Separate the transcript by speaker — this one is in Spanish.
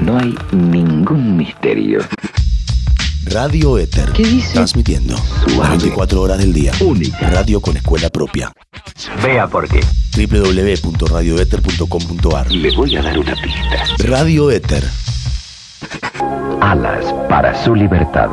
Speaker 1: No hay ningún misterio.
Speaker 2: Radio Éter.
Speaker 1: ¿Qué dice?
Speaker 2: Transmitiendo.
Speaker 1: Suave.
Speaker 2: las 24 horas del día.
Speaker 1: Única.
Speaker 2: Radio con escuela propia.
Speaker 1: Vea por qué.
Speaker 2: www.radioether.com.ar
Speaker 1: Le voy a dar una pista.
Speaker 2: Radio Éter.
Speaker 1: Alas para su libertad.